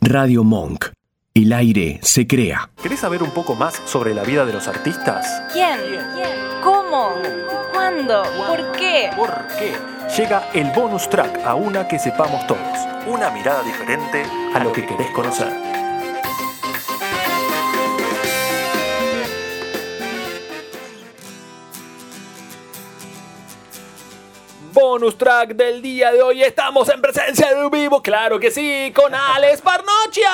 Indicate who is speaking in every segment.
Speaker 1: Radio Monk. El aire se crea.
Speaker 2: ¿Querés saber un poco más sobre la vida de los artistas?
Speaker 3: ¿Quién? ¿Cómo? ¿Cuándo? ¿Por qué?
Speaker 2: ¿Por qué? Llega el bonus track a una que sepamos todos. Una mirada diferente a lo que querés conocer.
Speaker 4: Bonus track del día de hoy. Estamos en presencia de un vivo, claro que sí, con Alex Parnochia.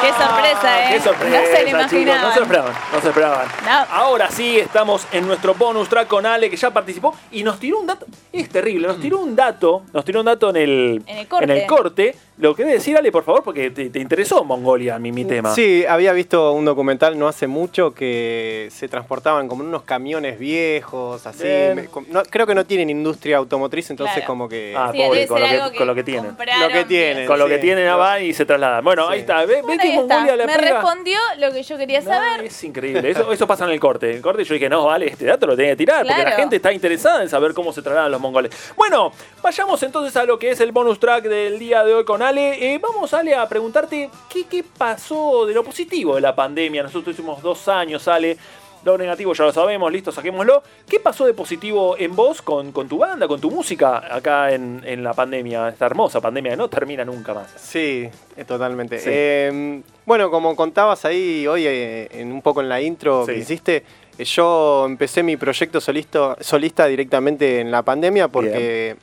Speaker 3: Qué sorpresa, ¿eh?
Speaker 4: Qué sorpresa.
Speaker 3: No se lo
Speaker 4: chicos,
Speaker 3: imaginaban.
Speaker 4: No se lo esperaban. No se lo esperaban.
Speaker 3: No.
Speaker 4: Ahora sí, estamos en nuestro bonus track con Ale, que ya participó y nos tiró un dato. Es terrible, nos tiró un dato. Nos tiró un dato en el,
Speaker 3: En el corte.
Speaker 4: corte. Lo que debe decir, Ale, por favor, porque te, te interesó Mongolia a mí mi tema.
Speaker 5: Sí, había visto un documental no hace mucho que se transportaban como en unos camiones viejos, así.
Speaker 4: Bien.
Speaker 5: Me- com- no- creo que no tienen industria automotriz, entonces
Speaker 3: Claro.
Speaker 5: como que...
Speaker 4: Ah,
Speaker 3: Sí,
Speaker 4: pobre,
Speaker 3: debe
Speaker 4: con lo
Speaker 3: ser
Speaker 4: que-
Speaker 3: algo
Speaker 4: con lo que tiene.
Speaker 3: compraron,
Speaker 5: Lo que tiene.
Speaker 3: pero-
Speaker 4: Con lo
Speaker 5: sí.
Speaker 4: que tienen van y se trasladan. Bueno,
Speaker 5: Sí.
Speaker 4: ahí está. Ve, ve
Speaker 3: Bueno,
Speaker 4: que
Speaker 3: ahí está.
Speaker 4: Mongolia le
Speaker 3: Me
Speaker 4: pega.
Speaker 3: respondió lo que yo quería
Speaker 4: No,
Speaker 3: saber.
Speaker 4: Es increíble. Eso, eso pasa en el corte. En el corte yo dije, no, vale, este dato lo tenía que tirar, porque la
Speaker 3: Claro.
Speaker 4: gente está interesada en saber cómo se trasladan los mongoles. Bueno, vayamos entonces a lo que es el bonus track del día de hoy con Ale. Eh, vamos, Ale, a preguntarte qué, qué pasó de lo positivo de la pandemia. Nosotros tuvimos dos años, Ale. Lo negativo ya lo sabemos, listo, saquémoslo. ¿Qué pasó de positivo en vos con, con tu banda, con tu música acá en, en la pandemia? Esta hermosa pandemia que no termina nunca más.
Speaker 5: Sí, eh, totalmente.
Speaker 4: Sí.
Speaker 5: Eh, bueno, como contabas ahí hoy, eh, en un poco en la intro
Speaker 4: Sí.
Speaker 5: que hiciste, eh, yo empecé mi proyecto solisto- solista directamente en la pandemia porque,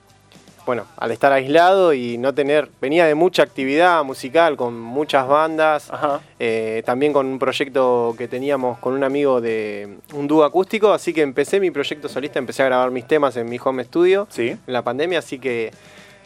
Speaker 5: bueno, al estar aislado y no tener, venía de mucha actividad musical con muchas bandas,
Speaker 4: Ajá.
Speaker 5: eh, también con un proyecto que teníamos con un amigo de un dúo acústico, así que empecé mi proyecto solista, empecé a grabar mis temas en mi home studio
Speaker 4: Sí.
Speaker 5: en la pandemia, así que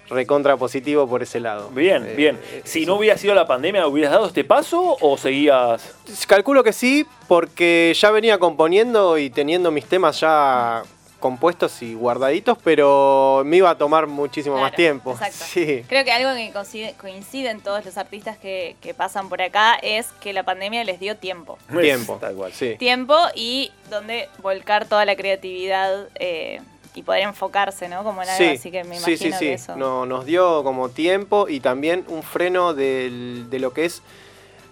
Speaker 5: recontra positivo por ese lado.
Speaker 4: Bien,
Speaker 5: Eh,
Speaker 4: bien.
Speaker 5: eh,
Speaker 4: Si no hubiera sido la pandemia, ¿hubieras dado este paso o seguías?
Speaker 5: Calculo que sí, porque ya venía componiendo y teniendo mis temas ya compuestos y guardaditos, pero me iba a tomar muchísimo
Speaker 3: Claro,
Speaker 5: más tiempo.
Speaker 3: exacto.
Speaker 5: Sí.
Speaker 3: Creo que algo que coincide, coinciden todos los artistas que, que pasan por acá es que la pandemia les dio tiempo.
Speaker 5: Tiempo.
Speaker 4: Tal cual.
Speaker 5: Sí.
Speaker 3: Tiempo y donde volcar toda la creatividad eh, y poder enfocarse, ¿no? Como en algo, así que me imagino
Speaker 5: sí, sí, sí.
Speaker 3: que eso.
Speaker 5: No- nos dio como tiempo y también un freno del- de lo que es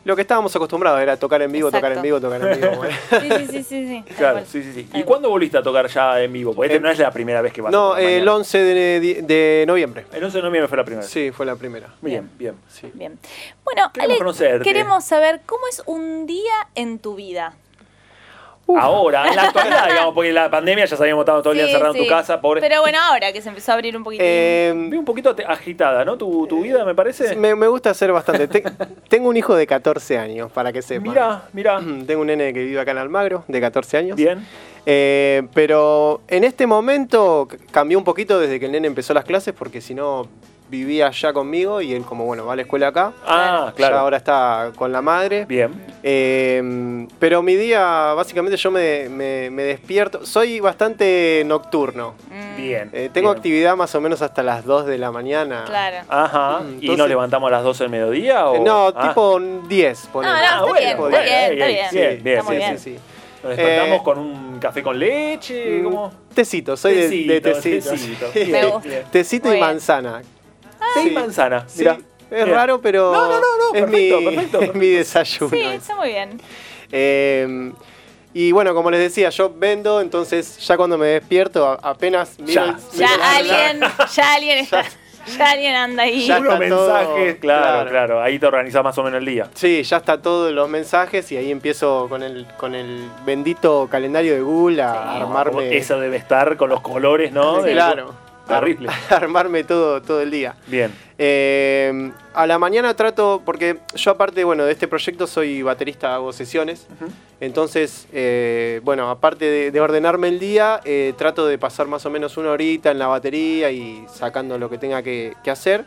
Speaker 5: lo que estábamos acostumbrados, era tocar en vivo, tocar en
Speaker 3: Exacto.
Speaker 5: vivo, tocar en vivo. bueno.
Speaker 3: Sí, sí, sí, sí, sí. tal
Speaker 4: Claro,
Speaker 3: cual.
Speaker 4: sí, sí, sí.
Speaker 3: Tal
Speaker 4: ¿Y
Speaker 3: cual.
Speaker 4: cuándo volviste a tocar ya en vivo? Porque este
Speaker 5: Eh,
Speaker 4: no es la primera vez que vas a
Speaker 5: no,
Speaker 4: tocar
Speaker 5: eh, el
Speaker 4: mañana.
Speaker 5: 11 de, de noviembre.
Speaker 4: El 11 de noviembre fue la primera vez.
Speaker 5: Sí, fue la primera.
Speaker 4: Bien, bien.
Speaker 5: Sí.
Speaker 3: Bien. Bueno,
Speaker 4: Queremos
Speaker 3: Ale,
Speaker 4: conocerte.
Speaker 3: queremos saber cómo es un día en tu vida.
Speaker 4: Ahora, en la actualidad, digamos, porque la pandemia ya sabíamos estado todo el día
Speaker 3: Sí,
Speaker 4: encerrado en
Speaker 3: sí.
Speaker 4: tu casa, pobre.
Speaker 3: Pero bueno, ahora que se empezó a abrir un poquitín.
Speaker 5: Eh,
Speaker 4: Vi un poquito te- agitada, ¿no? Tu, tu vida, me parece.
Speaker 5: Me, me gusta hacer bastante. Te- tengo un hijo de 14 años, para que sepan.
Speaker 4: Mira, mira.
Speaker 5: Tengo un nene que vive acá en Almagro, de 14 años.
Speaker 4: Bien.
Speaker 5: Eh, pero en este momento c- cambió un poquito desde que el nene empezó las clases, porque si no vivía ya conmigo y él, como bueno, va a la escuela acá.
Speaker 4: Ah,
Speaker 5: Ya
Speaker 4: claro.
Speaker 5: ahora está con la madre.
Speaker 4: Bien.
Speaker 5: Eh, pero mi día, básicamente, yo me, me- me despierto. Soy bastante nocturno.
Speaker 3: Mm,
Speaker 4: Bien.
Speaker 5: Eh, tengo
Speaker 4: bien.
Speaker 5: actividad más o menos hasta las 2 de la mañana.
Speaker 4: Ah,
Speaker 3: Claro.
Speaker 4: Ajá.
Speaker 5: Mm,
Speaker 4: ¿Y nos
Speaker 5: entonces-
Speaker 4: levantamos a las 12 del mediodía?
Speaker 5: Eh,
Speaker 4: O...
Speaker 5: No,
Speaker 4: Ah,
Speaker 5: tipo 10,
Speaker 3: No, no,
Speaker 5: ponele.
Speaker 3: está
Speaker 4: bueno,
Speaker 3: bien, está
Speaker 4: bueno,
Speaker 3: bien,
Speaker 4: bien,
Speaker 3: está bien.
Speaker 4: bien, bien,
Speaker 3: está muy
Speaker 4: sí,
Speaker 3: bien.
Speaker 5: sí, sí.
Speaker 4: Nos despertamos
Speaker 5: Eh,
Speaker 4: con un café con leche.
Speaker 5: Mm,
Speaker 4: ¿Cómo?
Speaker 5: Tecito, soy de- de,
Speaker 4: Tecito, tecito.
Speaker 5: tecito. Sí.
Speaker 3: Me gusta.
Speaker 5: Tecito
Speaker 3: Muy
Speaker 5: y
Speaker 3: bien.
Speaker 5: manzana.
Speaker 4: Té y
Speaker 5: Sí.
Speaker 4: manzana.
Speaker 5: Sí,
Speaker 4: Mira.
Speaker 5: es raro, pero
Speaker 4: No, no, no, no,
Speaker 5: es,
Speaker 4: perfecto,
Speaker 5: mi,
Speaker 4: perfecto,
Speaker 5: es mi desayuno.
Speaker 3: Sí, está muy bien.
Speaker 5: Eh, y bueno, como les decía, yo vendo, entonces ya cuando me despierto, a- apenas miro
Speaker 4: Ya.
Speaker 5: el-
Speaker 4: Sí,
Speaker 3: Ya
Speaker 5: miro el-
Speaker 3: alguien, ya alguien está, ya alguien anda ahí.
Speaker 5: Ya
Speaker 4: Unos
Speaker 5: está todo,
Speaker 4: mensajes. claro, claro,
Speaker 5: claro.
Speaker 4: Ahí te organizás más o menos el día.
Speaker 5: Sí, ya está todos los mensajes y ahí empiezo con el, con el bendito calendario de Google a Ah, armarme.
Speaker 4: Eso debe estar con los colores, ¿no? Del-
Speaker 5: claro.
Speaker 4: Terrible.
Speaker 5: Armarme todo, todo el día.
Speaker 4: Bien.
Speaker 5: Eh, a la mañana trato, porque yo aparte, bueno, de este proyecto soy baterista, hago sesiones.
Speaker 4: Ujú.
Speaker 5: Entonces, eh, bueno, aparte de, de ordenarme el día, eh, trato de pasar más o menos una horita en la batería y sacando lo que tenga que, que hacer.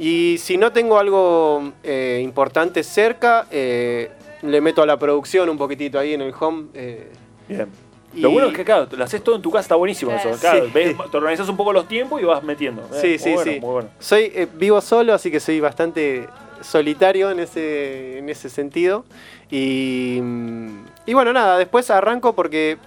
Speaker 5: Y si no tengo algo eh, importante cerca, eh, le meto a la producción un poquitito ahí en el home. eh,
Speaker 4: Bien.
Speaker 5: y-
Speaker 4: Lo bueno es que, claro, lo haces todo en tu casa, está buenísimo
Speaker 3: Claro.
Speaker 4: eso. Claro,
Speaker 5: Sí.
Speaker 4: ves- te organizas un poco los tiempos y vas metiendo. Eh,
Speaker 5: Sí,
Speaker 4: muy
Speaker 5: sí,
Speaker 4: bueno,
Speaker 5: sí.
Speaker 4: Muy bueno.
Speaker 5: Soy, eh, vivo solo, así que soy bastante solitario en ese, en ese sentido. Y, mm, y bueno, nada, después arranco porque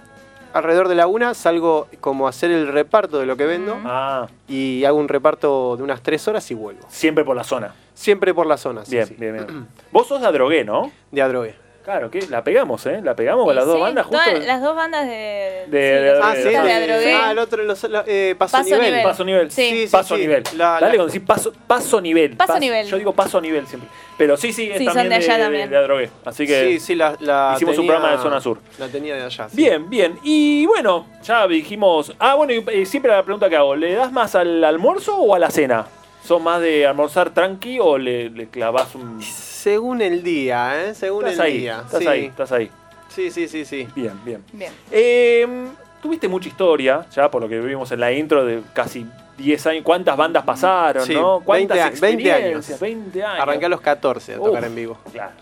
Speaker 5: alrededor de la una salgo como a hacer el reparto de lo que vendo
Speaker 4: Ah,
Speaker 5: y hago un reparto de unas tres horas y vuelvo.
Speaker 4: siempre por la zona.
Speaker 5: Siempre por la zona, sí,
Speaker 4: Bien,
Speaker 5: sí.
Speaker 4: bien, bien. Vos sos la drogué, ¿no?
Speaker 5: de Adrogué.
Speaker 4: Claro, que la pegamos, ¿eh? La pegamos con las dos
Speaker 3: Sí,
Speaker 4: bandas justo.
Speaker 3: todas las dos bandas de.
Speaker 4: De-
Speaker 3: sí,
Speaker 4: de-
Speaker 3: las
Speaker 5: Ah,
Speaker 4: de-
Speaker 5: sí,
Speaker 3: bandas
Speaker 5: de-
Speaker 3: de Adrogué.
Speaker 5: ah, el otro, los- la- eh, paso,
Speaker 3: Paso
Speaker 5: nivel.
Speaker 3: nivel.
Speaker 4: Paso nivel.
Speaker 3: Sí.
Speaker 5: Sí, sí,
Speaker 4: paso
Speaker 5: sí.
Speaker 4: nivel.
Speaker 5: La- la-
Speaker 4: Dale con decir paso, paso nivel.
Speaker 3: Paso
Speaker 4: Pas-
Speaker 3: nivel.
Speaker 4: Yo digo paso nivel siempre. Pero sí, sí, es
Speaker 3: Sí, son
Speaker 4: también
Speaker 3: de allá
Speaker 4: de,
Speaker 3: también.
Speaker 4: de Adrogué. Así que.
Speaker 5: Sí, sí, la, la
Speaker 4: Hicimos un programa de Zona Sur.
Speaker 5: La tenía de allá. sí.
Speaker 4: Bien, bien. Y bueno, ya dijimos. Ah, bueno, y, eh, siempre la pregunta que hago: ¿le das más al almuerzo o a la cena? ¿Son más de almorzar tranqui o le, le clavas un.
Speaker 5: Según el día, ¿eh? Según
Speaker 4: Estás
Speaker 5: el
Speaker 4: ahí,
Speaker 5: día.
Speaker 4: estás
Speaker 5: sí.
Speaker 4: ahí, estás ahí.
Speaker 5: sí, sí, sí, sí.
Speaker 4: Bien, bien.
Speaker 3: Bien.
Speaker 4: Eh, tuviste mucha historia, ya por lo que vimos en la intro de casi 10 años. ¿Cuántas bandas pasaron,
Speaker 5: Sí,
Speaker 4: no?
Speaker 5: 20
Speaker 4: ¿Cuántas
Speaker 5: años, 20
Speaker 4: experiencias?
Speaker 5: años.
Speaker 4: 20 años.
Speaker 5: Arranqué a los 14 a
Speaker 4: Uf,
Speaker 5: tocar en vivo.
Speaker 4: Claro.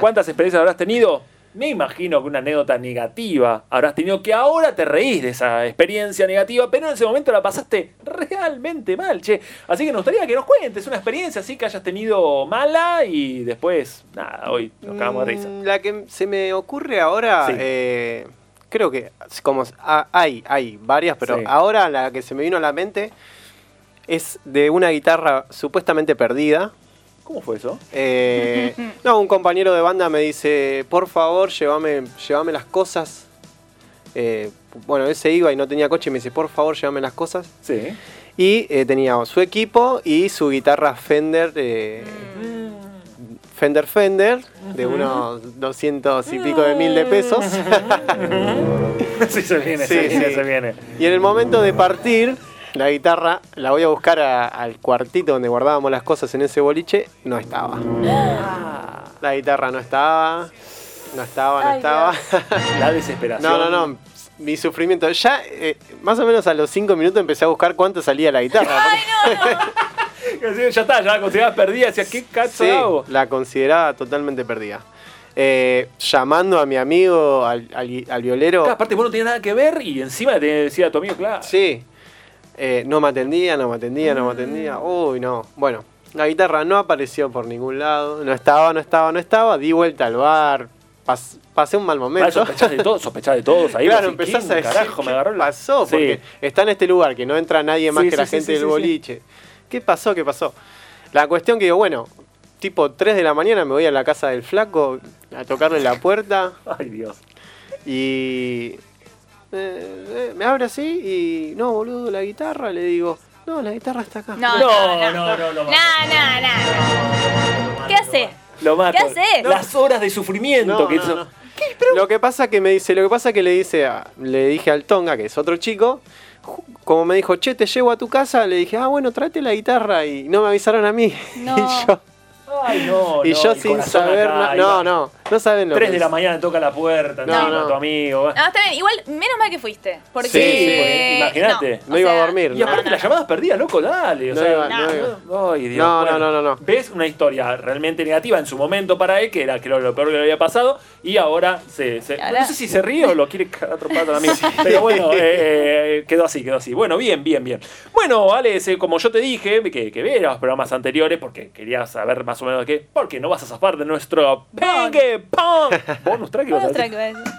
Speaker 4: ¿Cuántas experiencias habrás tenido? Me imagino que una anécdota negativa habrás tenido que ahora te reís de esa experiencia negativa, pero en ese momento la pasaste realmente mal, che. Así que nos gustaría que nos cuentes una experiencia así que hayas tenido mala y después, nada, hoy nos cagamos de risa.
Speaker 5: Mm, La que se me ocurre ahora,
Speaker 4: Sí.
Speaker 5: eh, creo que como s- ah, hay, hay varias, pero
Speaker 4: Sí.
Speaker 5: ahora la que se me vino a la mente es de una guitarra supuestamente perdida.
Speaker 4: ¿Cómo fue eso?
Speaker 5: Eh, no, un compañero de banda me dice, por favor, llévame, llévame las cosas. Eh, bueno, él se iba y no tenía coche y me dice, por favor, llévame las cosas.
Speaker 4: Sí.
Speaker 5: Y eh, tenía su equipo y su guitarra Fender, eh, Fender Fender, de unos 200 y pico de mil de pesos.
Speaker 4: Sí, se viene, se
Speaker 5: Sí,
Speaker 4: viene,
Speaker 5: sí.
Speaker 4: se viene.
Speaker 5: y en el momento de partir, la guitarra la voy a buscar a- al cuartito donde guardábamos las cosas en ese boliche, no estaba. La guitarra no estaba, no estaba, no
Speaker 3: Ay,
Speaker 5: estaba.
Speaker 4: La desesperación.
Speaker 5: No, no, no. Mi sufrimiento. Ya, eh, más o menos a los 5 minutos empecé a buscar cuánto salía la guitarra.
Speaker 4: Sí, Ya está, ya la considerabas perdida. Decías, ¿qué cacho
Speaker 5: Sí,
Speaker 4: hago?
Speaker 5: la consideraba totalmente perdida. Eh, llamando a mi amigo, al, al- al violero.
Speaker 4: Claro, aparte, vos no tenías nada que ver y encima le tenías que decir a tu amigo, claro.
Speaker 5: Sí. Eh, no me atendía, no me atendía, no me atendía.
Speaker 4: Mm.
Speaker 5: Uy, no. Bueno, la guitarra no apareció por ningún lado. No estaba, no estaba, no estaba. Di vuelta al bar. pas- pasé un mal
Speaker 4: Vale,
Speaker 5: momento.
Speaker 4: sospechás de todos, sospechás de todos. Ahí
Speaker 5: claro,
Speaker 4: vos decís,
Speaker 5: empezás a
Speaker 4: "¿Quién
Speaker 5: decir
Speaker 4: carajo, me
Speaker 5: ¿qué
Speaker 4: agarró la-?"
Speaker 5: pasó?
Speaker 4: Sí.
Speaker 5: Porque está en este lugar que no entra nadie más
Speaker 4: Sí,
Speaker 5: que
Speaker 4: sí,
Speaker 5: la
Speaker 4: sí,
Speaker 5: gente
Speaker 4: sí,
Speaker 5: del
Speaker 4: sí, sí.
Speaker 5: boliche. ¿Qué pasó? ¿Qué pasó? La cuestión que digo, bueno, tipo 3 de la mañana me voy a la casa del flaco a tocarle la puerta
Speaker 4: Ay, Dios.
Speaker 5: y eh, eh, me abre así y no, boludo, la guitarra, le digo, no, la guitarra está acá.
Speaker 3: No,
Speaker 4: No,
Speaker 3: no,
Speaker 4: no, no, lo mato.
Speaker 3: No, no, no. ¿Qué haces?
Speaker 4: Lo mato.
Speaker 3: ¿Qué hacés?
Speaker 4: Las horas de sufrimiento
Speaker 5: No,
Speaker 4: que
Speaker 5: no,
Speaker 4: eso-
Speaker 5: no. Lo que pasa que me dice, lo que pasa que le dice, a- le dije al Tonga, que es otro chico, ju- como me dijo, che, te llevo a tu casa, le dije, ah, bueno, tráete la guitarra y no me avisaron a mí.
Speaker 3: No.
Speaker 5: y yo,
Speaker 4: Ay, no,
Speaker 5: y
Speaker 4: Oh, no,
Speaker 5: yo
Speaker 4: el
Speaker 5: sin
Speaker 4: corazón
Speaker 5: saber,
Speaker 4: acá,
Speaker 5: na-
Speaker 4: ahí
Speaker 5: no,
Speaker 4: va.
Speaker 5: no, no saben lo
Speaker 4: Tres
Speaker 5: que
Speaker 4: de
Speaker 5: es.
Speaker 4: la mañana toca la puerta,
Speaker 5: No,
Speaker 4: encima,
Speaker 5: no.
Speaker 4: tu amigo. va.
Speaker 3: No, está bien. Igual, menos mal que fuiste. Porque.
Speaker 5: Sí, sí,
Speaker 4: imagínate.
Speaker 5: No iba a dormir.
Speaker 4: Y aparte
Speaker 3: no,
Speaker 4: las llamadas perdidas, loco, dale. O
Speaker 5: No
Speaker 4: sea,
Speaker 5: iba-
Speaker 3: no
Speaker 4: Ay, Dios,
Speaker 5: No, no,
Speaker 4: bueno.
Speaker 5: no, no, no.
Speaker 4: Ves una historia realmente negativa en su momento para él, que era creo, lo peor que le había pasado, y ahora se. se-
Speaker 3: Y ahora-
Speaker 4: No sé si se ríe o lo quiere atropellar también. Pero bueno, eh, eh, quedó así, quedó así. Bueno, bien, bien, bien. Bueno, Alex, eh, como yo te dije, que, que veas los programas anteriores, porque quería saber más o menos de qué, porque no vas a zafar de nuestro Pingue Pong. Bonus track, ibas a
Speaker 3: Bonus
Speaker 4: decir.
Speaker 3: track, iba a decir.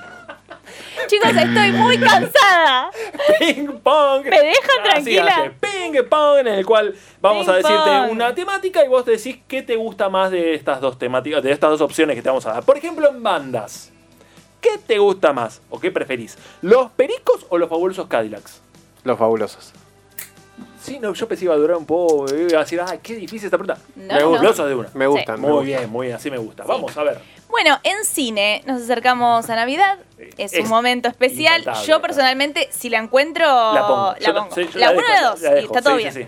Speaker 3: Chicos, estoy muy cansada.
Speaker 4: ping pong.
Speaker 3: Me dejan
Speaker 4: Así
Speaker 3: tranquila.
Speaker 4: hace, ping pong, en el cual vamos
Speaker 3: Ping
Speaker 4: a decirte
Speaker 3: pong.
Speaker 4: una temática y vos te decís qué te gusta más de estas dos temáticas, de estas dos opciones que te vamos a dar. Por ejemplo, en bandas. ¿Qué te gusta más o qué preferís? ¿Los pericos o los fabulosos Cadillacs?
Speaker 5: Los fabulosos.
Speaker 4: Sí, no, yo pensé iba a durar un poco, eh, iba a decir, ay, qué difícil esta pregunta.
Speaker 5: Me
Speaker 3: No,
Speaker 5: gusta.
Speaker 3: no.
Speaker 4: Fabulosos de una.
Speaker 5: Me
Speaker 3: Sí.
Speaker 5: gustan. me
Speaker 4: Muy
Speaker 5: gustan.
Speaker 4: bien, muy bien, así me gusta. Vamos a ver.
Speaker 3: Bueno, en cine nos acercamos a Navidad. Es un
Speaker 4: Es
Speaker 3: momento especial.
Speaker 4: infaltable,
Speaker 3: Yo personalmente, si la encuentro, Oh, la
Speaker 4: pongo. Yo ta-
Speaker 3: pongo.
Speaker 4: sí, yo
Speaker 3: la
Speaker 4: dejo,
Speaker 3: 1 o la 2.
Speaker 4: la
Speaker 3: Y
Speaker 4: dejo.
Speaker 3: está todo
Speaker 4: Sí,
Speaker 3: bien.
Speaker 4: sí, sí.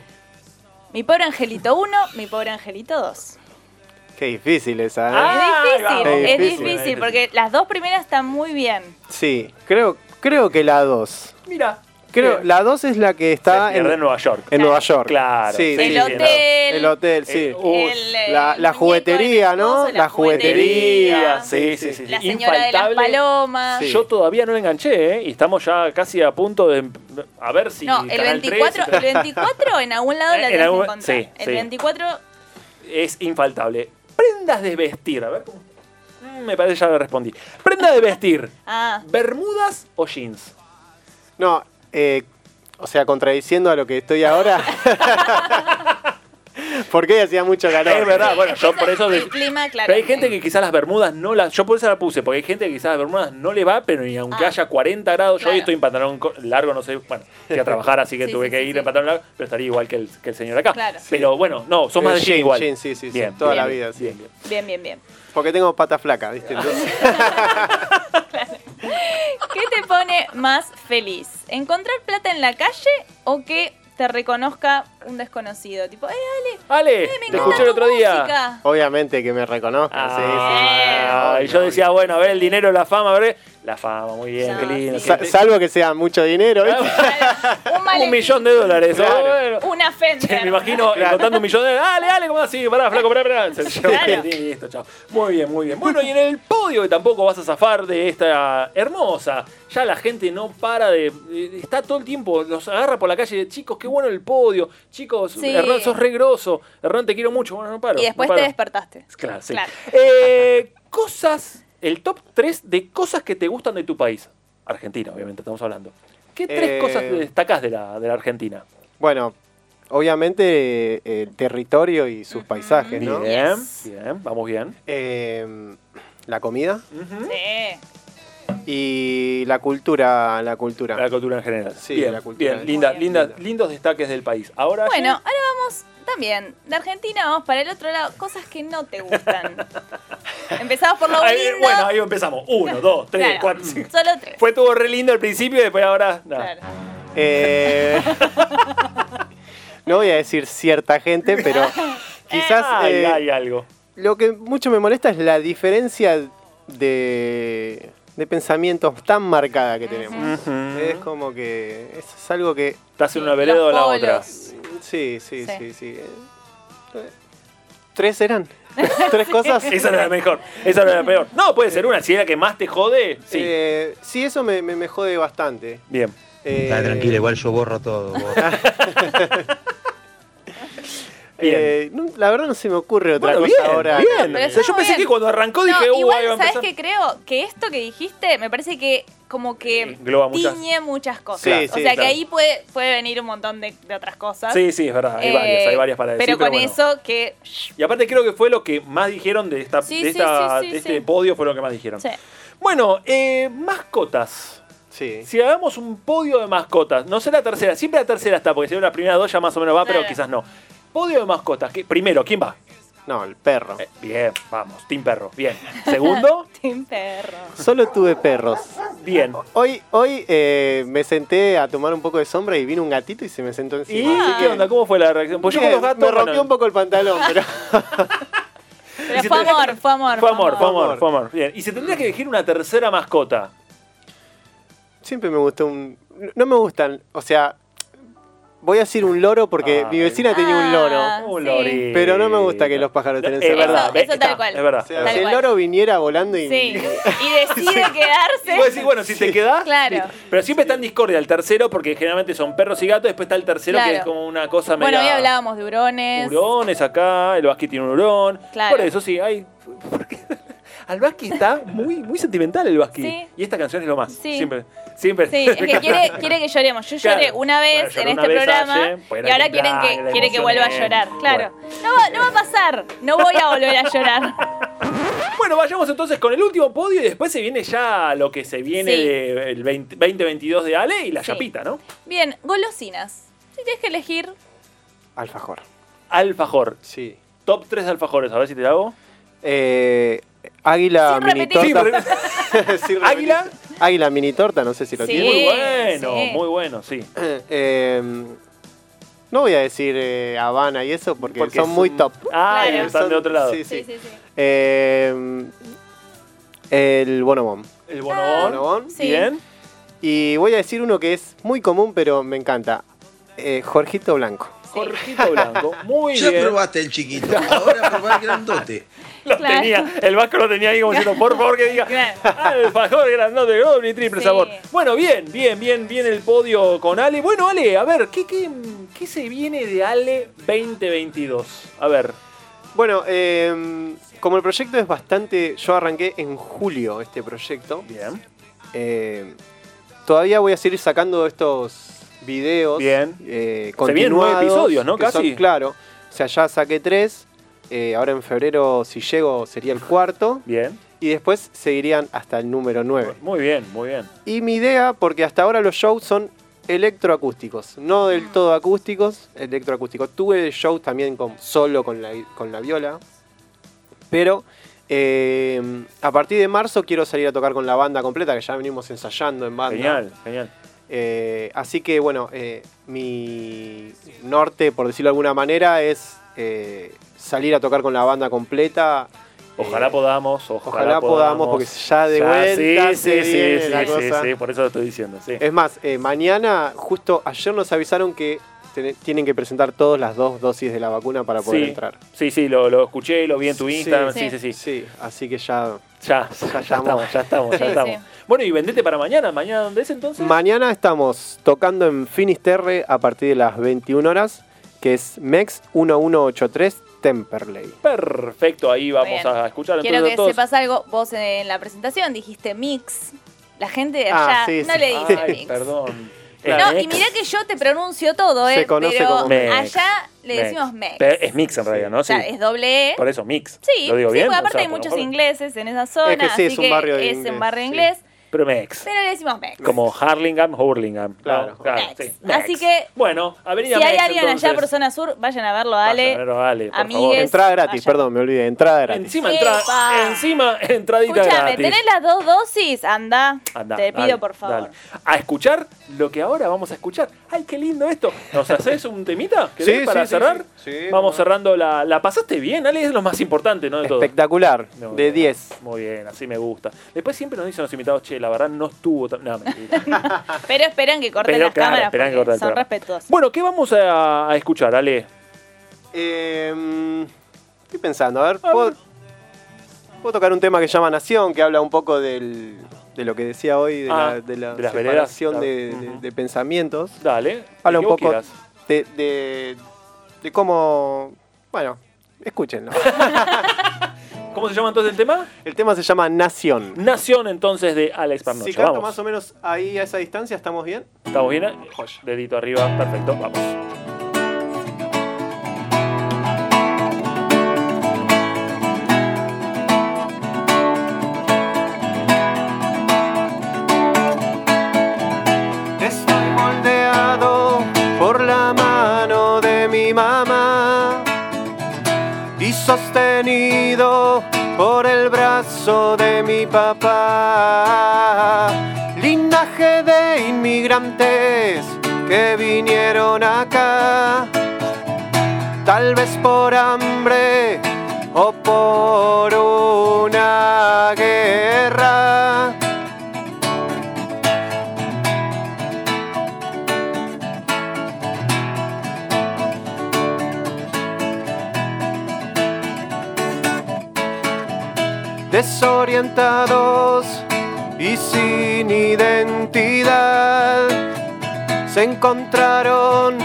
Speaker 3: Mi pobre angelito 1, mi pobre angelito 2.
Speaker 5: Qué difícil esa, ¿eh?
Speaker 4: Ah,
Speaker 3: es difícil,
Speaker 4: vamos.
Speaker 3: es
Speaker 5: Es
Speaker 3: difícil,
Speaker 5: difícil,
Speaker 4: difícil.
Speaker 3: porque las dos primeras están muy bien.
Speaker 5: Sí, creo, creo que la 2.
Speaker 4: Mira.
Speaker 5: Creo,
Speaker 4: bien.
Speaker 5: la dos es la que está
Speaker 4: Eh, Se pierde en Nueva York.
Speaker 5: en Nueva York.
Speaker 4: Claro.
Speaker 5: Sí,
Speaker 4: sí,
Speaker 5: sí,
Speaker 3: el
Speaker 5: sí,
Speaker 4: claro.
Speaker 3: hotel.
Speaker 5: El hotel, sí.
Speaker 4: Uh,
Speaker 3: el-
Speaker 5: la-
Speaker 3: el
Speaker 5: la
Speaker 3: muñeco
Speaker 5: juguetería, ¿no?
Speaker 3: esposo,
Speaker 5: La juguetería,
Speaker 4: Sí, sí, sí.
Speaker 3: La señora de las
Speaker 4: Infaltable.
Speaker 3: palomas.
Speaker 5: Sí.
Speaker 4: Yo todavía no enganché, ¿eh? Y estamos ya casi a punto de. em, A ver si.
Speaker 3: No, el
Speaker 4: Canal
Speaker 3: 24,
Speaker 4: 13,
Speaker 3: el 24 en algún lado
Speaker 4: En
Speaker 3: la tenés
Speaker 4: algún-
Speaker 3: que encontrar.
Speaker 4: sí,
Speaker 3: el
Speaker 4: sí.
Speaker 3: 24,
Speaker 4: Es infaltable. Prendas de vestir. A ver cómo. Mm, Me parece que ya le respondí. Prenda de vestir.
Speaker 3: ah,
Speaker 4: ¿Bermudas o jeans?
Speaker 5: No, eh, o sea, contradiciendo a lo que estoy ahora. Porque hacía mucho calor.
Speaker 4: Es verdad, bueno, yo por eso.
Speaker 3: El clima, claro.
Speaker 4: Pero hay gente que quizás las bermudas no las. Yo por eso la puse, porque hay gente que quizás las bermudas no le va, pero ni aunque
Speaker 3: Ah.
Speaker 4: haya 40 grados, yo hoy
Speaker 3: Claro.
Speaker 4: estoy en pantalón co- largo, no sé. Bueno, fui a trabajar, así que
Speaker 3: Sí,
Speaker 4: tuve
Speaker 3: sí,
Speaker 4: que
Speaker 3: sí,
Speaker 4: ir
Speaker 3: sí.
Speaker 4: en pantalón largo, pero estaría igual que el, que el señor acá.
Speaker 3: Claro.
Speaker 4: Pero bueno, no, son más de
Speaker 5: Eh,
Speaker 4: jean
Speaker 5: jean,
Speaker 4: igual.
Speaker 5: jean, sí, sí, sí,
Speaker 4: Bien,
Speaker 5: toda
Speaker 4: bien,
Speaker 5: la vida, sí.
Speaker 4: bien, bien. Ah.
Speaker 3: Bien, bien, bien.
Speaker 5: Porque tengo pata flaca, ¿viste? Entonces-
Speaker 3: ¿Qué te pone más feliz? ¿Encontrar plata en la calle o que te reconozca un desconocido? Tipo, eh, Ale,
Speaker 4: Ale,
Speaker 3: me
Speaker 4: te
Speaker 3: encanta
Speaker 4: escuché el
Speaker 3: tu
Speaker 4: otro día.
Speaker 3: música.
Speaker 5: obviamente que me reconozcan. sí,
Speaker 4: Ah,
Speaker 5: sí,
Speaker 4: y yo
Speaker 5: obvio,
Speaker 4: decía, bueno, a ver el dinero, la fama, a ver. La fama, muy bien,
Speaker 3: Ya,
Speaker 4: qué lindo.
Speaker 3: sí.
Speaker 4: qué-
Speaker 5: Sa- salvo que sea mucho dinero, ¿viste?
Speaker 3: Un
Speaker 4: un
Speaker 3: maletín,
Speaker 4: millón de dólares.
Speaker 5: Claro.
Speaker 4: ah, bueno.
Speaker 3: Una Fender.
Speaker 4: Che, me imagino
Speaker 5: Claro.
Speaker 4: contando un millón de dólares. Dale, dale, ¿cómo así? Pará, flaco, pará, pará. Se llevó
Speaker 3: Claro.
Speaker 4: el boletín y listo, chao. Muy bien, muy bien. Bueno, y en el podio, que tampoco vas a zafar de esta hermosa. Ya la gente no para de. de- Está todo el tiempo, los agarra por la calle. Chicos, qué bueno el podio. Chicos,
Speaker 3: Sí.
Speaker 4: Hernán, sos re groso. Hernán, te quiero mucho. Bueno, no paro.
Speaker 3: Y después
Speaker 4: no
Speaker 3: te
Speaker 4: paro.
Speaker 3: despertaste.
Speaker 4: Claro, sí.
Speaker 3: Claro.
Speaker 4: Eh, cosas, el top 3 de cosas que te gustan de tu país. Argentina, obviamente, estamos hablando. ¿Qué tres
Speaker 5: Eh,
Speaker 4: cosas destacás de la, de la Argentina?
Speaker 5: Bueno, obviamente eh, el territorio y sus paisajes, ¿no?
Speaker 4: Bien, bien, vamos bien.
Speaker 5: Eh, la comida
Speaker 4: Mm.
Speaker 3: Sí.
Speaker 5: y la cultura, la cultura.
Speaker 4: La cultura en general.
Speaker 5: Sí,
Speaker 4: bien,
Speaker 5: la cultura
Speaker 4: bien,
Speaker 5: en
Speaker 4: linda,
Speaker 3: general.
Speaker 4: linda, lindos destaques del país. Ahora
Speaker 3: Bueno, ahora vamos también de Argentina, vamos para el otro lado, cosas que no te gustan. Empezamos por lo
Speaker 4: Ahí-
Speaker 3: lindo.
Speaker 4: bueno, ahí empezamos. Uno, dos, tres,
Speaker 3: Claro,
Speaker 4: cuatro. cinco.
Speaker 3: Solo tres.
Speaker 4: Fue todo re lindo al principio y después ahora. no.
Speaker 3: Claro.
Speaker 5: Eh, no voy a decir cierta gente, pero quizás
Speaker 4: Ay,
Speaker 5: eh,
Speaker 4: hay algo.
Speaker 5: lo que mucho me molesta es la diferencia de, de pensamientos tan marcada que tenemos. Es como que es, es algo que...
Speaker 4: Estás en una
Speaker 3: Los
Speaker 4: vereda o en la
Speaker 3: polos.
Speaker 4: otra.
Speaker 5: Sí, sí,
Speaker 3: Sí.
Speaker 5: sí, sí. Eh, ¿Tres eran? ¿Tres cosas?
Speaker 4: Esa era la mejor. Esa era la peor. No, puede ser una. Si es la que más te jode, sí.
Speaker 5: Eh, sí, eso me, me- me jode bastante.
Speaker 4: Bien.
Speaker 5: Eh,
Speaker 6: Está tranquilo, igual yo borro todo. borro.
Speaker 5: eh, no, la verdad no se me ocurre otra
Speaker 4: Bueno,
Speaker 5: cosa
Speaker 4: bien,
Speaker 5: ahora.
Speaker 4: bien.
Speaker 3: Pero
Speaker 4: Yo
Speaker 3: está
Speaker 4: pensé
Speaker 3: bien.
Speaker 4: que cuando arrancó
Speaker 3: No,
Speaker 4: dije, uh,
Speaker 3: igual,
Speaker 4: ahí va a
Speaker 3: ¿sabes
Speaker 4: empezar.
Speaker 3: qué creo? Que esto que dijiste me parece que como que
Speaker 4: Engloba muchas-
Speaker 3: tiñe muchas cosas.
Speaker 5: Sí,
Speaker 3: o
Speaker 5: sí,
Speaker 3: sea que
Speaker 5: claro.
Speaker 3: ahí puede, puede venir un montón de, de otras cosas.
Speaker 4: Sí, sí, es verdad. Hay varias,
Speaker 3: Eh,
Speaker 4: hay varias para decir.
Speaker 3: Pero con
Speaker 4: bueno.
Speaker 3: eso que. shh,
Speaker 4: Y aparte creo que fue lo que más dijeron de, esta,
Speaker 3: Sí,
Speaker 4: de,
Speaker 3: sí,
Speaker 4: esta-
Speaker 3: sí, sí,
Speaker 4: de este
Speaker 3: sí.
Speaker 4: podio, fue lo que más dijeron.
Speaker 3: sí.
Speaker 4: Bueno, eh, mascotas.
Speaker 5: Sí.
Speaker 4: Si hagamos un podio de mascotas, no sé la tercera, siempre la tercera está, porque si no la primera dos ya más o menos va, pero
Speaker 3: Claro.
Speaker 4: quizás no. Podio de mascotas. ¿qué- primero, ¿quién va?
Speaker 5: No, el perro.
Speaker 4: Eh, bien, vamos, Team Perro, bien. Segundo,
Speaker 3: Team perro.
Speaker 5: Solo tuve perros.
Speaker 4: bien.
Speaker 5: Hoy, hoy eh, me senté a tomar un poco de sombra y vino un gatito y se me sentó
Speaker 4: ¿Y
Speaker 5: encima. así
Speaker 4: qué
Speaker 3: Ah.
Speaker 5: que-
Speaker 4: onda? ¿Cómo fue la reacción? Pues yo con
Speaker 5: Bien,
Speaker 4: los gatos...
Speaker 5: me rompió
Speaker 4: bueno,
Speaker 5: un poco el pantalón, pero
Speaker 3: Pero
Speaker 4: si
Speaker 3: fue
Speaker 4: te-
Speaker 3: amor, fue amor.
Speaker 4: Fue amor, fue amor,
Speaker 5: amor.
Speaker 4: fue amor. Bien. Y si tendrías que elegir una tercera mascota.
Speaker 5: siempre me gustó un... No me gustan, o sea, voy a decir un loro porque
Speaker 4: Ay.
Speaker 5: mi vecina tenía un
Speaker 3: Ah.
Speaker 5: loro.
Speaker 4: Un
Speaker 3: sí.
Speaker 4: lorito.
Speaker 5: Pero no me gusta que los pájaros
Speaker 4: Es
Speaker 5: estén encerrados.
Speaker 4: verdad,
Speaker 3: Eso- eso
Speaker 4: está,
Speaker 3: tal cual.
Speaker 4: Es verdad.
Speaker 5: O sea,
Speaker 3: Tal
Speaker 5: si el
Speaker 3: cual.
Speaker 5: loro viniera volando y...
Speaker 3: Sí. Y decide quedarse.
Speaker 4: Y vos decís, bueno, si te quedás.
Speaker 3: Claro.
Speaker 4: listo. Pero siempre está en discordia el tercero, porque generalmente son perros y gatos. Después está el tercero, que
Speaker 3: Claro.
Speaker 4: es como una cosa medio.
Speaker 3: Bueno, hoy hablábamos de hurones.
Speaker 4: Hurones acá, el Basqui tiene un hurón.
Speaker 3: Claro.
Speaker 4: Por eso sí, hay. porque Al Basqui está muy, muy sentimental el Basqui.
Speaker 3: Sí.
Speaker 4: Y esta canción es lo más.
Speaker 3: Sí.
Speaker 4: Siempre. Siempre.
Speaker 3: Sí, es que quiere, quiere que lloremos. Yo
Speaker 4: Claro.
Speaker 3: lloré una vez
Speaker 4: Bueno, lloré
Speaker 3: en
Speaker 4: una
Speaker 3: este
Speaker 4: vez
Speaker 3: programa
Speaker 4: ayer, pues era
Speaker 3: y ahora
Speaker 4: el
Speaker 3: quieren
Speaker 4: cumpleaños,
Speaker 3: que,
Speaker 4: la
Speaker 3: quieren que vuelva a
Speaker 4: emocioné.
Speaker 3: llorar. Claro. No, va, no va a pasar. No voy a volver a llorar.
Speaker 4: Bueno, vayamos entonces con el último podio y después se viene ya lo que se viene
Speaker 3: Sí.
Speaker 4: del 20 2022 de Ale y la
Speaker 3: Sí.
Speaker 4: chapita, ¿no?
Speaker 3: Bien, golosinas. Si tienes que elegir.
Speaker 5: Alfajor,
Speaker 4: Alfajor.
Speaker 5: sí.
Speaker 4: Top 3 de alfajores, a ver si te la hago.
Speaker 5: Eh, águila
Speaker 3: Sin
Speaker 5: mini
Speaker 3: repetir.
Speaker 5: torta. Sin repetir.
Speaker 4: Águila.
Speaker 5: Águila mini torta, no sé si lo
Speaker 3: Sí.
Speaker 5: tiene.
Speaker 4: Muy bueno,
Speaker 3: sí.
Speaker 4: muy bueno, sí.
Speaker 5: Eh, no voy a decir eh, Habana y eso porque,
Speaker 4: Porque
Speaker 5: son
Speaker 4: es
Speaker 5: muy
Speaker 4: un-
Speaker 5: top.
Speaker 4: Ah,
Speaker 3: Claro.
Speaker 4: y están de otro lado.
Speaker 5: Sí, sí.
Speaker 3: sí.
Speaker 5: Eh, el bonobón.
Speaker 4: El bonobón.
Speaker 5: Bonobón.
Speaker 3: Sí.
Speaker 4: Bien.
Speaker 5: Y voy a decir uno que es muy común, pero me encanta. Eh, Jorgito Blanco.
Speaker 4: Jorgito Blanco. Muy
Speaker 6: ya
Speaker 4: bien.
Speaker 6: probaste el chiquito, ahora probá el grandote.
Speaker 4: Lo
Speaker 3: Claro.
Speaker 4: tenía, el vasco lo tenía ahí como diciendo, por favor que diga.
Speaker 3: Claro.
Speaker 4: Alfajor grandote, doble y triple
Speaker 3: Sí.
Speaker 4: sabor. Bueno, bien, bien, bien, bien el podio con Ale. Bueno, Ale, a ver, ¿qué, qué, qué se viene de Ale 2022? A ver.
Speaker 5: Bueno, eh, como el proyecto es bastante. Yo arranqué en julio este proyecto.
Speaker 4: Bien.
Speaker 5: Eh, Todavía voy a seguir sacando estos videos.
Speaker 4: Bien.
Speaker 5: eh,
Speaker 4: Se vienen nueve
Speaker 5: continuados,
Speaker 4: episodios, ¿no?
Speaker 5: que son-
Speaker 4: Casi.
Speaker 5: claro. O sea, ya saqué tres. eh, ahora en febrero, si llego, sería el cuarto.
Speaker 4: Bien.
Speaker 5: Y después seguirían hasta el número nueve.
Speaker 4: Muy bien, muy bien.
Speaker 5: Y mi idea, porque hasta ahora los shows son electroacústicos, no del todo acústicos, electroacústicos. Tuve shows también con, solo con la, con la viola, pero eh, a partir de marzo quiero salir a tocar con la banda completa, que ya venimos ensayando en banda.
Speaker 4: Genial, genial.
Speaker 5: Eh, así que bueno, eh, mi norte, por decirlo de alguna manera, es eh, salir a tocar con la banda completa.
Speaker 4: Ojalá
Speaker 5: Eh,
Speaker 4: podamos, ojalá,
Speaker 5: ojalá podamos, porque ya de vuelta
Speaker 4: sí,
Speaker 5: se
Speaker 4: sí,
Speaker 5: viene
Speaker 4: sí,
Speaker 5: la
Speaker 4: sí,
Speaker 5: cosa.
Speaker 4: sí, por eso lo estoy diciendo, sí.
Speaker 5: Es más, eh, mañana, justo ayer nos avisaron que ten- tienen que presentar todas las dos dosis de la vacuna para poder
Speaker 4: sí,
Speaker 5: entrar.
Speaker 4: sí, sí, lo, lo escuché, lo vi en tu
Speaker 5: Sí.
Speaker 4: Instagram, sí,
Speaker 3: Sí.
Speaker 4: sí, sí.
Speaker 5: Sí, así que ya.
Speaker 4: Ya, ya, estamos,
Speaker 5: estamos.
Speaker 4: ya estamos, ya
Speaker 3: Sí,
Speaker 4: estamos.
Speaker 3: sí.
Speaker 4: Bueno, y vendete para mañana, mañana dónde es entonces?
Speaker 5: Mañana estamos tocando en Finisterre a partir de las 21 horas, que es MEX 1183 Temperley.
Speaker 4: Perfecto, ahí vamos
Speaker 3: bien.
Speaker 4: a escuchar
Speaker 3: Quiero
Speaker 4: entonces
Speaker 3: que
Speaker 4: a todos.
Speaker 3: sepas algo. Vos en la presentación dijiste mix. La gente de allá
Speaker 5: Ah, sí,
Speaker 3: no
Speaker 5: sí.
Speaker 3: le dice
Speaker 4: Ay,
Speaker 3: mix.
Speaker 4: perdón.
Speaker 3: No, y mirá que yo te pronuncio todo,
Speaker 5: Se
Speaker 3: ¿eh?
Speaker 5: conoce
Speaker 3: pero
Speaker 5: como
Speaker 4: mix.
Speaker 3: allá le decimos mix.
Speaker 4: Pero Es mix en realidad, ¿no?
Speaker 3: O
Speaker 4: Sí.
Speaker 3: sea, es doble E.
Speaker 4: Por eso mix.
Speaker 3: Sí,
Speaker 4: ¿Lo digo
Speaker 3: sí,
Speaker 4: bien?
Speaker 3: porque
Speaker 4: O
Speaker 3: aparte
Speaker 4: sea,
Speaker 3: hay
Speaker 4: por-
Speaker 3: muchos
Speaker 4: por-
Speaker 3: ingleses en esa zona.
Speaker 5: Es que sí,
Speaker 3: así
Speaker 5: es un barrio de
Speaker 3: es un
Speaker 5: inglés,
Speaker 3: barrio
Speaker 5: sí.
Speaker 3: inglés.
Speaker 4: Pero mix.
Speaker 3: Pero le decimos mix.
Speaker 4: Como Harlingham, Hurlingham. ¿no?
Speaker 5: Claro.
Speaker 4: sí.
Speaker 3: Mix. Así que,
Speaker 4: Bueno,
Speaker 3: Si
Speaker 4: Avenida
Speaker 3: hay
Speaker 4: Mex,
Speaker 3: alguien allá por
Speaker 4: entonces.
Speaker 3: zona sur, vayan a verlo,
Speaker 4: Vayan
Speaker 3: Ale.
Speaker 4: a verlo, Ale, por favor.
Speaker 3: amigues.
Speaker 5: Entrada gratis,
Speaker 3: vaya.
Speaker 5: perdón, me olvidé, entrada gratis.
Speaker 4: Encima, entra,
Speaker 3: Epa.
Speaker 4: encima entradita
Speaker 3: Escúchame,
Speaker 4: gratis.
Speaker 3: ¿tenés las dos dosis? Anda,
Speaker 4: Andá,
Speaker 3: te pido
Speaker 4: dale,
Speaker 3: por favor.
Speaker 4: dale. A escuchar lo que ahora vamos a escuchar. ¡Ay, qué lindo esto! ¿Nos haces un temita? ¿Querés
Speaker 5: Sí,
Speaker 4: para
Speaker 5: sí, sí,
Speaker 4: cerrar?
Speaker 5: sí. Sí,
Speaker 4: vamos
Speaker 5: no.
Speaker 4: cerrando la. ¿La pasaste bien, Ale? Es lo más importante, ¿no? De todo.
Speaker 5: Espectacular,
Speaker 4: Muy
Speaker 5: de
Speaker 4: bien,
Speaker 5: 10.
Speaker 4: Muy bien, así me gusta. Después siempre nos dicen los invitados, che, la verdad no estuvo tan. No, mentira.
Speaker 3: Pero esperen que corten
Speaker 4: Pero
Speaker 3: las
Speaker 4: claro,
Speaker 3: cámaras
Speaker 4: esperan que
Speaker 3: porque
Speaker 4: corten las
Speaker 3: son
Speaker 4: cámaras.
Speaker 3: respetuosos.
Speaker 4: bueno, ¿qué vamos a, a escuchar, Ale?
Speaker 5: Eh, estoy pensando, a ver,
Speaker 4: ver.
Speaker 5: ¿puedo, puedo tocar un tema que se llama Nación, que habla un poco del, de lo que decía hoy, de
Speaker 4: Ah,
Speaker 5: la, de la
Speaker 4: de las veredas,
Speaker 5: separación
Speaker 4: claro.
Speaker 5: de, de-
Speaker 4: Ujú.
Speaker 5: de pensamientos.
Speaker 4: Dale.
Speaker 5: Habla
Speaker 4: el
Speaker 5: un
Speaker 4: que vos
Speaker 5: poco
Speaker 4: quieras.
Speaker 5: de, de, de cómo... Bueno, escúchenlo.
Speaker 4: ¿Cómo se llama entonces el tema?
Speaker 5: El tema se llama Nación.
Speaker 4: Nación entonces de Alex Parnocho.
Speaker 5: Si canto
Speaker 4: vamos.
Speaker 5: más o menos ahí a esa distancia, ¿estamos bien?
Speaker 4: ¿Estamos bien?
Speaker 5: Joya.
Speaker 4: Dedito arriba, perfecto, vamos.
Speaker 5: Estoy moldeado por la mano de mi mamá y sostenido por el brazo de mi papá. Linaje de inmigrantes que vinieron acá, tal vez por hambre o por una guerra. desorientados y sin identidad. Se encontraron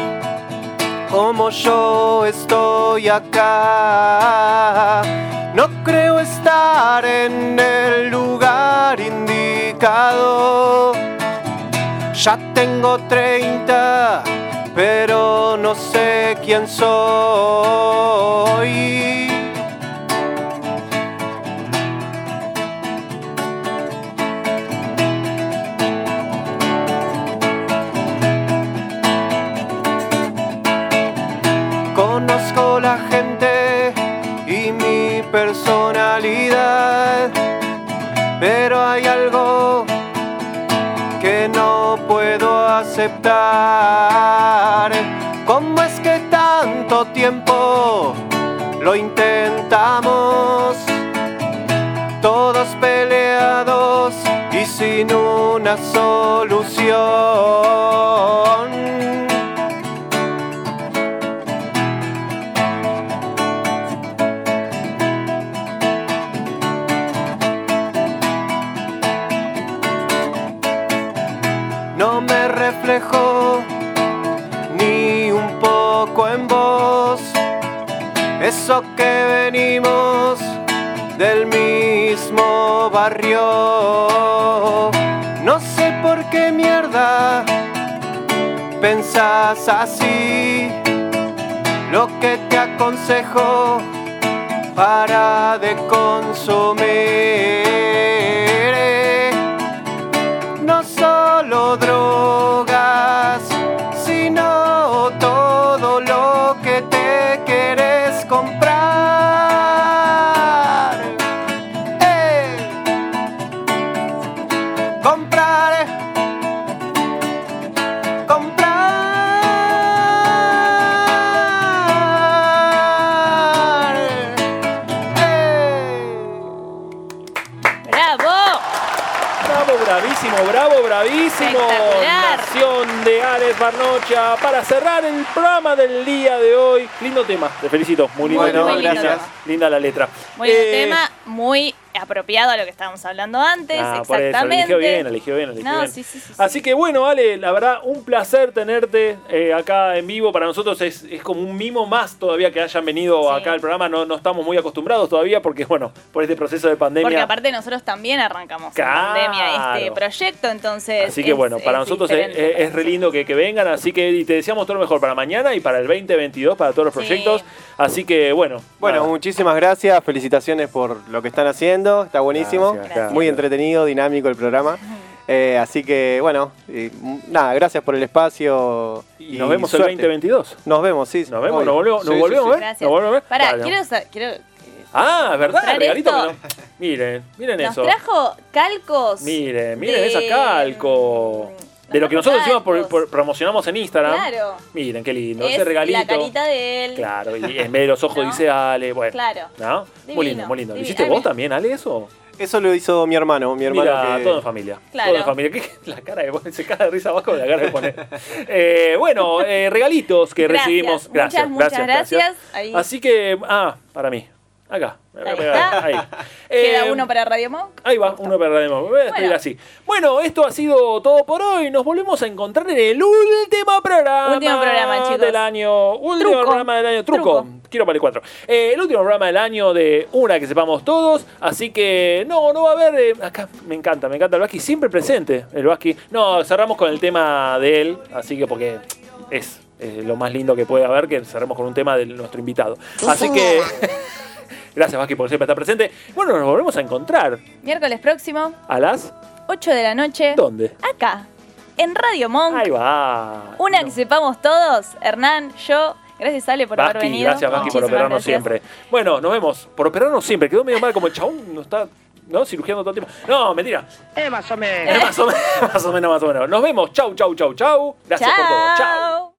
Speaker 5: como yo estoy acá. No creo estar en el lugar indicado. Ya tengo 30, pero no sé quién soy. Conozco la gente y mi personalidad, pero hay algo que no puedo aceptar. ¿Cómo es que tanto tiempo lo intentamos? Todos peleados y sin una solución. no me reflejo ni un poco en vos. Eso que venimos del mismo barrio. No sé por qué mierda pensás así, lo que te aconsejo para de consumir no solo drogas, sino todo lo que te quieres comprar. ¡Eh! Comprar, comprar. ¡Eh!
Speaker 3: ¡Bravo!
Speaker 4: Bravo, bravísimo, bravo, bravísimo.
Speaker 3: Espectacular.
Speaker 4: Nación de Ares Barnocha para cerrar el programa del día de hoy. Lindo tema, te felicito. Muy lindo
Speaker 5: Muy
Speaker 4: tema.
Speaker 3: lindo
Speaker 4: linda-
Speaker 3: tema.
Speaker 4: Linda la letra.
Speaker 3: Muy buen
Speaker 4: Eh,
Speaker 3: tema, muy apropiado a lo que estábamos hablando antes,
Speaker 4: Ah, por eso,
Speaker 3: exactamente.
Speaker 4: eligió bien, eligió bien, eligió
Speaker 3: No,
Speaker 4: bien.
Speaker 3: sí, sí, sí, sí.
Speaker 4: Así que bueno, Ale, la verdad, un placer tenerte eh, acá en vivo. Para nosotros es, es como un mimo más todavía que hayan venido
Speaker 3: Sí.
Speaker 4: acá al programa. No, no estamos muy acostumbrados todavía porque, bueno, por este proceso de pandemia.
Speaker 3: Porque aparte nosotros también arrancamos en
Speaker 4: Claro.
Speaker 3: pandemia este proyecto, entonces.
Speaker 4: Así que
Speaker 3: es-
Speaker 4: bueno, para
Speaker 3: es
Speaker 4: nosotros es,
Speaker 3: diferente
Speaker 4: es-
Speaker 3: para
Speaker 4: es re
Speaker 3: nosotros.
Speaker 4: lindo que, que vengan, así que y te deseamos todo lo mejor para mañana y para el 2022, para todos los
Speaker 3: Sí.
Speaker 4: proyectos. Así que bueno.
Speaker 5: Bueno,
Speaker 4: nada.
Speaker 5: muchísimas gracias, felicitaciones por lo que están haciendo, está buenísimo,
Speaker 4: Gracias,
Speaker 3: Gracias.
Speaker 5: muy
Speaker 4: claro.
Speaker 5: entretenido, dinámico el programa. Eh, así que bueno, eh, m- nada, gracias por el espacio.
Speaker 4: y nos vemos
Speaker 5: suerte.
Speaker 4: el 2022.
Speaker 5: Nos vemos, sí.
Speaker 4: Nos vemos, nos volvemos,
Speaker 5: obvio.
Speaker 4: nos
Speaker 5: Sí, sí,
Speaker 4: volvemos
Speaker 5: sí.
Speaker 4: a ver.
Speaker 3: Gracias.
Speaker 4: ¿Nos volvemos ¿Eh? a ver?
Speaker 3: Pará,
Speaker 4: Dale.
Speaker 3: quiero, sa- quiero-
Speaker 4: Ah, es verdad,
Speaker 3: mostrar
Speaker 4: regalito.
Speaker 3: esto.
Speaker 4: que no- Miren, miren
Speaker 3: Nos
Speaker 4: eso.
Speaker 3: trajo calcos.
Speaker 4: Miren, miren
Speaker 3: de-
Speaker 4: esa calco.
Speaker 3: Nos
Speaker 4: De lo que
Speaker 3: trajo
Speaker 4: nosotros encima por-
Speaker 3: calcos.
Speaker 4: por- promocionamos en Instagram.
Speaker 3: Claro.
Speaker 4: Miren, qué lindo.
Speaker 3: Es
Speaker 4: ese regalito.
Speaker 3: La carita de él.
Speaker 4: Claro, y en vez de los ojos
Speaker 3: ¿No?
Speaker 4: dice Ale. Bueno,
Speaker 3: Claro.
Speaker 4: ¿no?
Speaker 3: Divino,
Speaker 4: muy lindo, muy lindo. ¿Lo
Speaker 3: divino.
Speaker 4: hiciste
Speaker 3: Ay,
Speaker 4: vos
Speaker 3: mira.
Speaker 4: también, Ale, eso?
Speaker 5: Eso lo hizo mi hermano, mi hermano
Speaker 4: Mira,
Speaker 5: que-
Speaker 4: todo en familia.
Speaker 3: Claro.
Speaker 4: Todo en familia. ¿Qué- qué- La cara de se cara de risa abajo de la cara de poner. Eh, bueno, eh, regalitos que
Speaker 3: Gracias,
Speaker 4: recibimos.
Speaker 3: muchas,
Speaker 4: Gracias,
Speaker 3: muchas
Speaker 4: gracias.
Speaker 3: gracias. Ahí.
Speaker 4: Así que, ah, para mí. Acá. Me voy a
Speaker 3: Ahí
Speaker 4: pegar,
Speaker 3: está.
Speaker 4: ahí.
Speaker 3: Queda
Speaker 4: Eh,
Speaker 3: uno para Radio Monk.
Speaker 4: Ahí va, uno para Demo. Me voy a despedir
Speaker 3: Bueno.
Speaker 4: así. Eh, Bueno, esto ha sido todo por hoy. Nos volvemos a encontrar en el último programa.
Speaker 3: Último programa, chicos.
Speaker 4: Del año. Último
Speaker 3: Truco.
Speaker 4: programa del año. Truco.
Speaker 3: Truco.
Speaker 4: Quiero para el 4. el último programa del año de una que sepamos todos. Así que no, no va a haber. eh, acá me encanta, me encanta el Vasqui. Siempre presente el Vasqui. No, cerramos con el tema de él. Así que porque es. eh, lo más lindo que puede haber que cerremos con un tema de nuestro invitado. Así que gracias Vasqui por siempre estar presente. Bueno, nos volvemos a encontrar
Speaker 3: Miércoles próximo,
Speaker 4: a las
Speaker 3: 8 de la noche.
Speaker 4: ¿Dónde?
Speaker 3: Acá, en Radio Monk.
Speaker 4: Ahí va.
Speaker 3: Una
Speaker 4: No.
Speaker 3: que sepamos todos, Hernán, yo. Gracias, Ale, por haber
Speaker 4: Vasqui,
Speaker 3: venido.
Speaker 4: Gracias, Vasqui, por
Speaker 3: Muchísimas
Speaker 4: operarnos
Speaker 3: gracias.
Speaker 4: siempre. Bueno, nos vemos. Por operarnos siempre. Quedó medio mal como el chabón no está. ¿No? Cirugiando todo el tiempo. No, mentira. Eh, más o menos. más o menos, más o menos. Nos vemos. Chau, chau, chau, chau. Gracias por todo. Chau.
Speaker 3: Chao.